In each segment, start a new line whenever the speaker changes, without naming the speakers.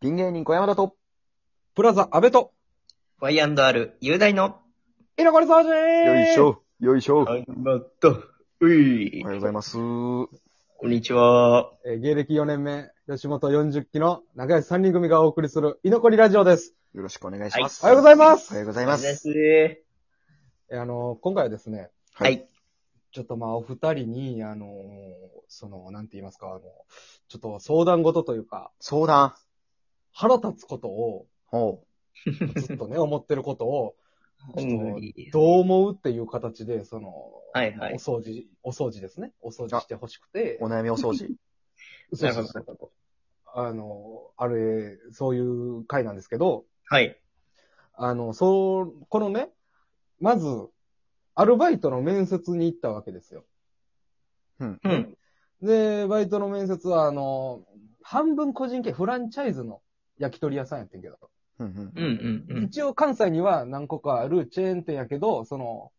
ピン芸人小山田と、
プラザ、安倍と、
Y&R、雄大の、
稲刈沢人
よいし。ょ、よいしょ、
始まった。う
お
い
はようございます。よ
こんにちは。
えー芸歴4年目、吉本40期の仲良し3人組がお送りする、居残りラジオです。
ろしくお願いします。
おはようございま
おは
す。
ようございます。
えーあのー今回はですね、
は
はい
い。
ちょっとまあ、お二人に、あのーその、なんて言いますか、あの、ちょっと相談事というか、
相談。
腹立つことを、
ほ
ずっとね、思ってることを、
う
ちょっ
ん
と、どう思うっていう形で、その、
はいはい
お掃除、お掃除ですね。お掃除してほしくて
う。お、悩みお掃除。
そうそうそうあの、あれ、そういう回なんですけど、
はい。
あの、そう、このね、まず、アルバイトの面接に行ったわけですよ。
うん。
うん。
で、バイトの面接は、あの、半分個人系、フランチャイズの焼き鳥屋さんやってんけど、
うん
うんうんうん。
一応関西には何個かあるチェーン店やけど、その、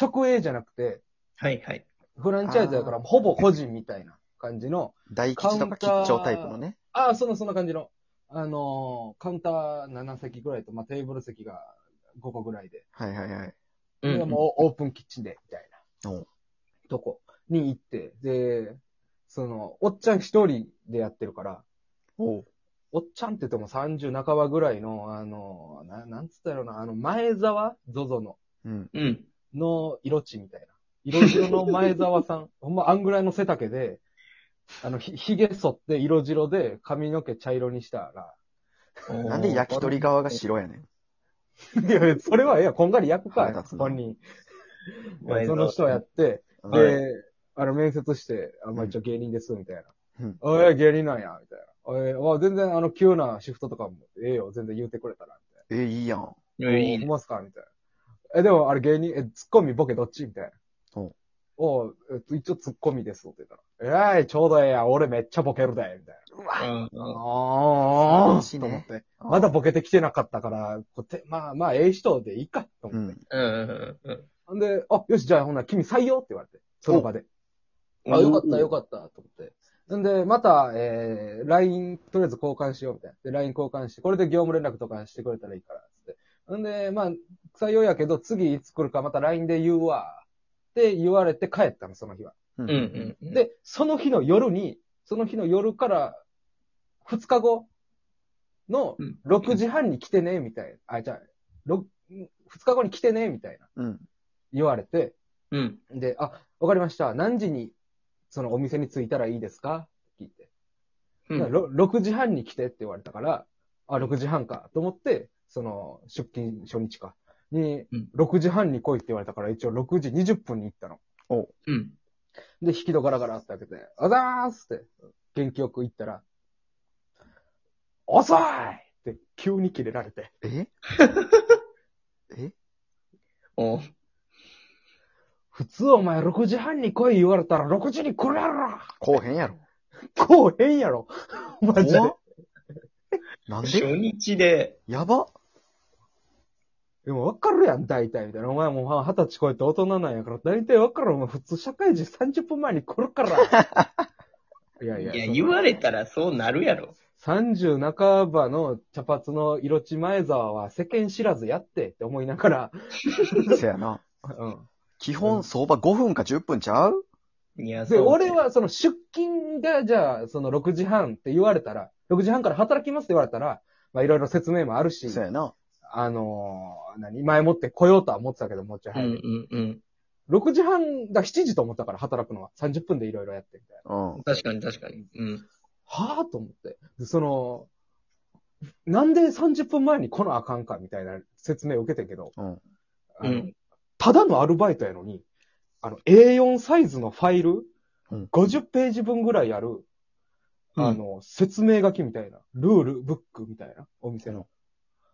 直営じゃなくて、
はいはい。
フランチャイズやから
あー
ほぼ個人みたいな感じの、
大吉とか吉兆タイプのね。
ああ、その、そんな感じの。あのーカウンター7席ぐらいと、まあ、テーブル席が5個ぐらいで。
はいはいはい。
うん
でもうオープンキッチンで、みたいな。
うん
とこに行って、で、その、おっちゃん一人でやってるから、
おう。
おっちゃんって言っても30半ばぐらいの、あのーな、なんつったやろな、あの、前沢 ?ZOZO の、
うん。
うん。
の色地みたいな。色白の前沢さん。 ほんま、あんぐらいの背丈で、あの、ひ、ひげ剃って色白で髪の毛茶色にした ら、
なんで焼き鳥側が白やねん。
いや、それはええやん、こんがり焼くか
腹、立つな
本人。
前
そ
澤
の人やって、
うん
はい
で、あの、面接して、あ、まあ、
うん
一応芸人です、みたいな。
うん
おい、芸人なんや、みたいな。おい、まあ、全然、あの、急なシフトとかも、ええよ、全然言うてくれたら、
え、いいやん。
い
み
や
たいな。
いい
お
ね
ほんますかみたいな。え、でも、あれ芸人、え、ツッコミ、ボケ、どっちみたいな。
お
おうえっと、一応ツッコミです、って言ったら。えらい、ちょうどええやん、俺めっちゃボケるで、みたいな。
うん
あ
楽
あ、
しい
と
ね
思って。まだボケてきてなかったから、こうてまあまあ、ええ人でいいか、と思って
う。ん。
うんうん
ほんで、あ、よし、じゃあほんなら君採用って言われて、その場で。
うん。
あ、よかった、よかった、と思って。んで、また、えー、LINE、とりあえず交換しよう、みたいな。で、LINE 交換して、これで業務連絡とかしてくれたらいいから、つって。んで、まあ、採用やけど、次いつ来るかまた LINE で言うわ、って言われて帰ったの、その日は。
う
うん。うんうん。、
で、その日の夜に、その日の夜から、2日後の
うん
6時半に来てね、みたいな。あ、じゃあ、ろ2日後に来てね、みたいな。
うん。
言われて、
うん。
で、あ、わかりました。何時に、そのお店に着いたらいいですかって聞いて。
うん
だからろ6時半に来てって言われたから、あ、6時半かと思って、その、出勤初日か。に
うん、
6時半に来いって言われたから、一応6時20分に行ったの。
うん。
で、引き戸ガラガラって開けて、あざーすって、元気よく行ったら、遅いって急にキレられて、
ええ
おう
普通お前6時半に来い言われたら6時に来るやろ
こうへん やろ。
来おへんやろ マジで。
怖っなん
初
で
日で、
やば。
でも分かるやん、大体、みたいな。お前もう二十歳超えて大人なんやから、大体分かる。お前普通社会人30分前に来るから。いや
い
いや。
や、言われたらそうなるやろ。
30半ばの茶髪の色地前沢は世間知らずやってって思いながら、
せやな。
うん。
基本相場5分か10分ちゃう
いや、
で、
そう。
俺、はその出勤が、じゃあ、その6時半って言われたら、6時半から働きますって言われたら、まあいろいろ説明もあるし、
せやな。
あのー何、前もって来ようとは思ってたけど、もうちょい
うん
早い。
うん
6時半だ、7時と思ったから働くのは。30分でいろいろやってみたいな。
うん
うん。。確かに確かに。うん。
はぁと思って。でその、なんで30分前に来なあかんかみたいな説明を受けてんけど、
うん
あ
う
の
ん。
ただのアルバイトやのに、あの、A4 サイズのファイル、
うん
50ページ分ぐらいある、あの、説明書きみたいな、ルールブックみたいな、お店の、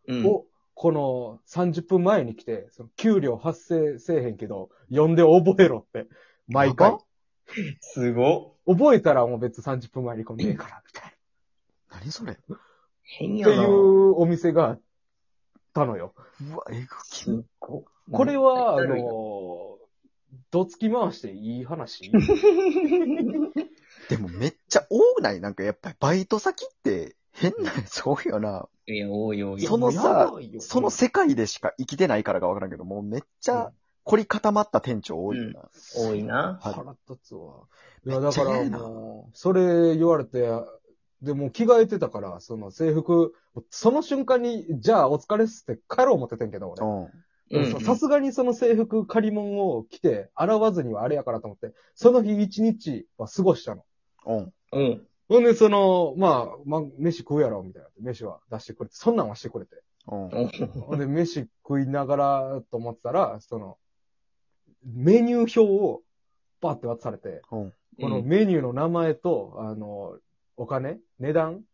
うん。
を、この30分前に来て、その給料発生せえへんけど、読んで覚えろって、毎
や
回
ば。
すご。
覚えたらもう別に30分前に来んでええから、みたいな。
何それ
変や
って
な。
いうお店があったのよ。
うわ、えぐき
すっご。
これは、あ
うん
の、どつき回していい話
でもめっちゃ多ないなんかやっぱりバイト先って変なやつ多いよな。
いや、多い多い。
そのさ
やばいよ、
その世界でしか生きてないからかわからんけど、もうめっちゃ凝り固まった店長多いよな。
多いな。
はい
腹立つわ。い
め
や、
っ
だ
ち
か
ゃ嫌
ら
やな
もう、それ言われて、で、もう着替えてたから、その制服、その瞬間に、じゃあお疲れっすって帰ろう思っててんけど、俺。
うん。
でもささすがにその制服借り物を着て、洗わずにはあれやからと思って、その日一日は過ごしたの。
うん。
うん。
ほんで、その、まあ、まあ、飯食うやろ、みたいな。飯は出してくれて、そんなんはしてくれて。
うん。
お
ほんで、飯食いながらと思ってたら、その、メニュー表をバーって渡されて、
うん。
このメニューの名前と、あの、お金値段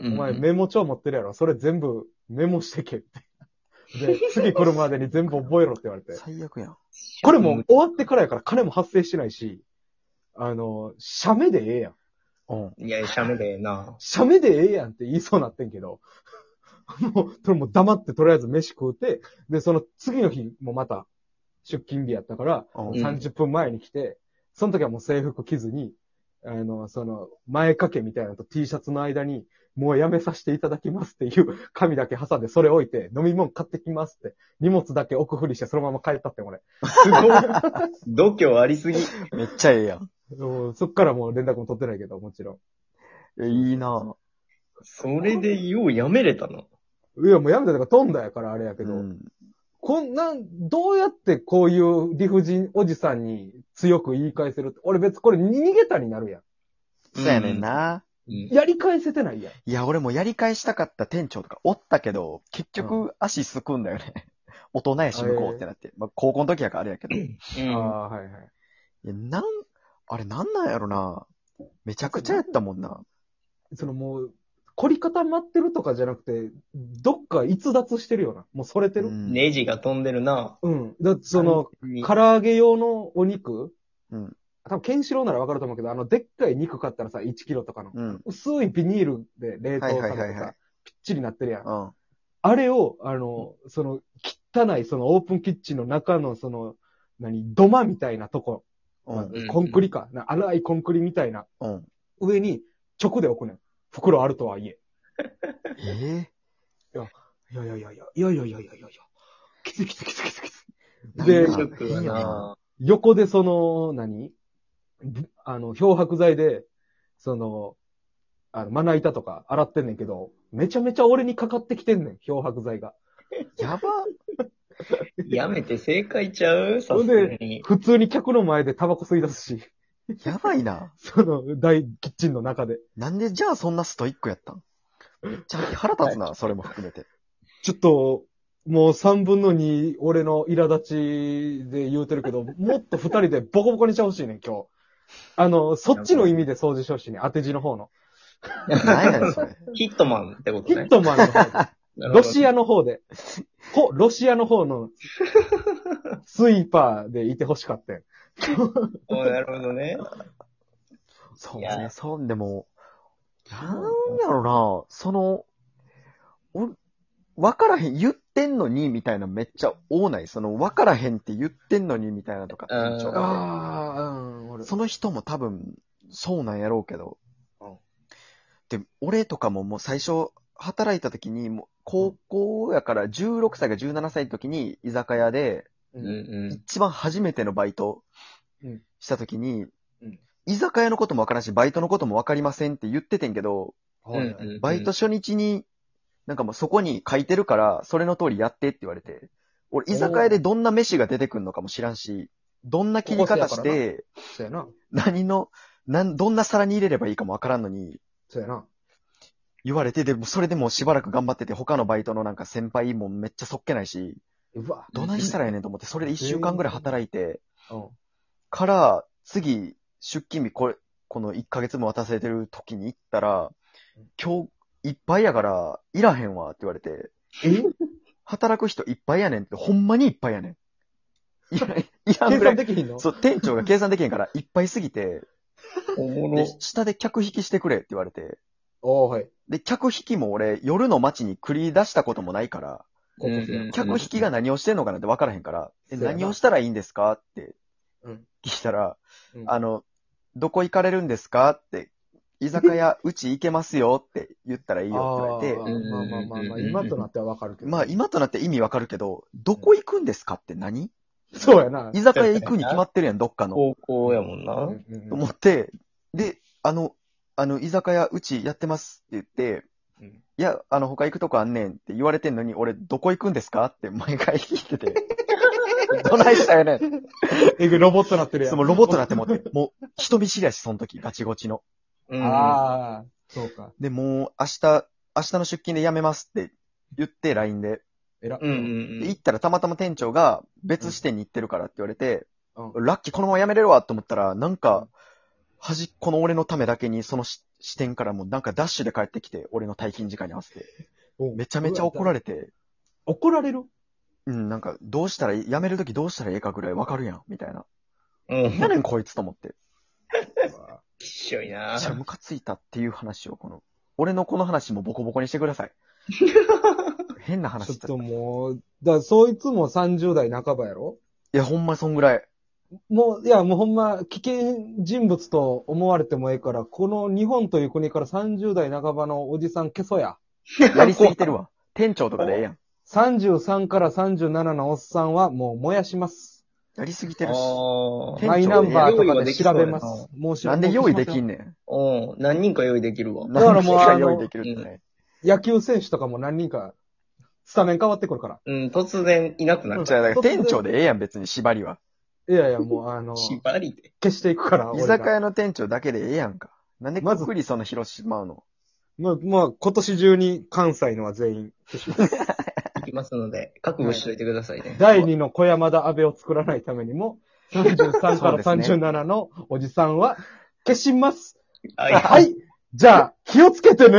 お
お前メモ帳持ってるやろそれ全部メモして けって。で、次来るまでに全部覚えろって言われて。
最悪やん。
これもう終わってからやから金も発生してないし、あの、写メでええやん。
うん。
いや、シャメでええな。
写メでええやんって言いそうなってんけど、 もう、それもう黙ってとりあえず飯食うて、で、その次の日もまた出勤日やったから、
うん。
ん
30分前に来て、その時はもう制服着ずに、あの、その、前掛けみたいなのと T シャツの間に、もうやめさせていただきますっていう 紙だけ挟んで、それ置いて、飲み物買ってきますって、荷物だけ置くふりして、そのまま帰ったって、俺。
すごい。 度胸ありすぎ。
めっちゃええやん。
もうそっからもう連絡も取ってないけど、もちろ
えいいな
それでようやめれたな。
ん。いや、もうやめたとか飛んだやから、あれやけ
け
ど、
ど。うん
こんなん、どうやってこういう理不尽おじさんに強く言い返せるって俺別にこれ逃げたになるや
そうやねんな。
うん
ん。やり返せてないやん。
いや、俺もやり返したかった店長とかおったけど、結局足すくんだよね。 大人やし向こうってなって。まあ、高校の時やからあれやけど。い
うん
ああ、はいはい。
や、なん、あれなんなんやろな。めちゃくちゃやったもんな。
そのもう、凝り固まってるとかじゃなくて、どっか逸脱してるよな。もうそれて
う
る。
ん
ネジが飛んでるな。
うん。だってその、
うん、
唐揚げ用のお肉
うん。
多分、ケンシロウならわかると思うけど、あの、でっかい肉買ったらさ、1キロとかの。
うん。
薄いビニールで冷凍され
は
て
いはいはいは
さ
い、
ぴっちりなってるやん。
うん。
あれを、あの、その、汚い、そのオープンキッチンの中の、その、何、土間みたいなとこ、
うん。
ん
コンクリか、な荒いコンクリみたいな
うん。
上に直で置くねん。袋あるとはいえ。
ええ
いやいやいやいや、いやいやいやいやいやいや。きついきついきついきついきつい。
なん
で
だ、
ショックだな。
横でその、何ぶあの、漂白剤で、その、あの、まな板とか洗ってんねんけど、めちゃめちゃ俺にかかってきてんねん、漂白剤が。
やば。
やめて正解ちゃうさ
ほ
す
ん
が
で
に。
普通に客の前でタバコ吸い出すし、
やばいな。
その、大キッチンの中で。
なんでじゃあそんなストイックやったんめっちゃ腹立つな、それも含めて。
ちょっと、もう三分の二、俺の苛立ちで言うてるけど、もっと二人でボコボコにしてほしいねん、今日。あの、そっちの意味で掃除してほしいねん、 当て字の方の。
何やねん、それ。
ヒットマンってこと
ヒ
ね
ッ。トマンの方で
なるほ
ロ
ど
シアの方で。ほ、ロシアの方の、スイーパーでいてほしかったよ。
おなるほどね。
そう
い
ね、
や
そう、でも、なんだろうな、その、お、わからへん、言ってんのに、みたいなめっちゃ多ない。その、わからへんって言ってんのに、みたいなとか。
うん
ちょ
ああ、うん、俺。
その人も多分、そうなんやろうけど
うん。
で、俺とかももう最初、働いた時に、もう高校やから16歳か17歳の時に居酒屋で、
う
うんう
一番初めてのバイト
うん
した時に
うん、
居酒屋のこともわからんし、バイトのこともわかりませんって言っててんけど、
ん。う
はい
んうん
バイト初日に、なんかもうそこに書いてるから、それの通りやってって言われて、俺居酒屋でどんな飯が出てくんのかも知らんし、どんな切り方し
高校生
て、
そうやな。
何の、なん、どんな皿に入れればいいかもわからんのに、
そうやな。
言われて、でもそれでもうしばらく頑張ってて、他のバイトのなんか先輩もめっちゃそっけないし、
うわ。
どないしたらええねんと思って、それで一週間ぐらい働いて、
うん。
から、次、出勤日、これ、この1ヶ月も渡せてる時に行ったら、今日、いっぱいやから、いらへんわって言われて、
え
働く人いっぱいやねんって、ほんまにいっぱいやねん。いら ん、いらん
計
ぐら
算
い。
できひんの
そう、店長が計算できへんから、いっぱいすぎて、
おもろ
で、。下で客引きしてくれって言われて、
おー、はい。
で、客引きも俺、夜の街に繰り出したこともないから、
高校生や
うんうん
な
客引きが何をしてんのかなんて分からへんから、え
そうやな
何をしたらいいんですかって
うん
聞いたら、
うん
あの、どこ行かれるんですかって居酒屋、うち行けますよって言ったらいいよ
あ
って言われて、
ーまあまあまあ まあ、今となってはわかるけど。
まあ今となって意味わかるけど、どこ行くんですかって何
そうやな。
居酒屋行くに決まってるやん、どっかの。
高校やもんな。
うんうんうん
と思って、で、あの、あの、居酒屋、うちやってますって言って、
うん
いや、あの、他行くとこあんねんって言われてんのに、俺、どこ行くんですかって毎回聞いて て。どないしたよねん。
えぐいロボットなってるやん。
そのロボットなっても って、もう、人見知りやし、その時、ガチゴチの。
うん
ああ、そうか。
で、もう、明日、明日の出勤で辞めますって言って、LINE で。
えら。
うんうん
で行ったらたまたま店長が別支店に行ってるからって言われて、
うん
ラッキーこのまま辞めれるわと思ったら、なん
う
か
ん、
端っこの俺のためだけにそのし支店からもうなんかダッシュで帰ってきて、俺の退勤時間に合わせて。
うん。
めちゃめちゃ怒られ
れ
て、
怒られる
うん、なんかどうしたらいい、辞めるときどうしたらいいかぐらいわかるやん、みたいな。
うん。うん。
やねんこいつと思って。
きっしょい
め
な
っちゃムカついたっていう話を、この、俺のこの話もボコボコにしてください。変な
ちょ
話
っ
しちゃった。
と
い
もう、だからそいつも30代半ばやろ
や、ほんまそんぐらい。
もう、いや、もうほんま、危険人物と思われてもええから、この日本という国から30代半ばのおじさん消そうや。
やりすぎてるわ。店長とかでええやん。
33から37のおっさんはもう燃やします。
やりすぎ
あ
てるし。
ー
店長
マイナンバーとかで調べま
用意はできそう
す。
や
もうし
なんで用意でき
ん
んねん。
うん。何人か用意できるわ。
だ
からもうあの
用意できるってね。
野球選手とかも何人か、スタメン変わってくるから。
うん、突然いなくなっち
じ
ゃ
ゃあ、だから店長でええやん、別に縛りは。
いやいや、もうあの
う。、縛りで。
消していくから。
居
俺が
酒屋の店長だけでええやんか。なんで
ま
ま
ず
ずくりその広島の。
まあ、まあ、今年中に関西のは全員。
いきますので、覚悟しといてください ね。
第2の小山田安倍を作らないためにも、33から
そうですね
37のおじさんは消します。
は
はい。じゃあ、気をつけてね。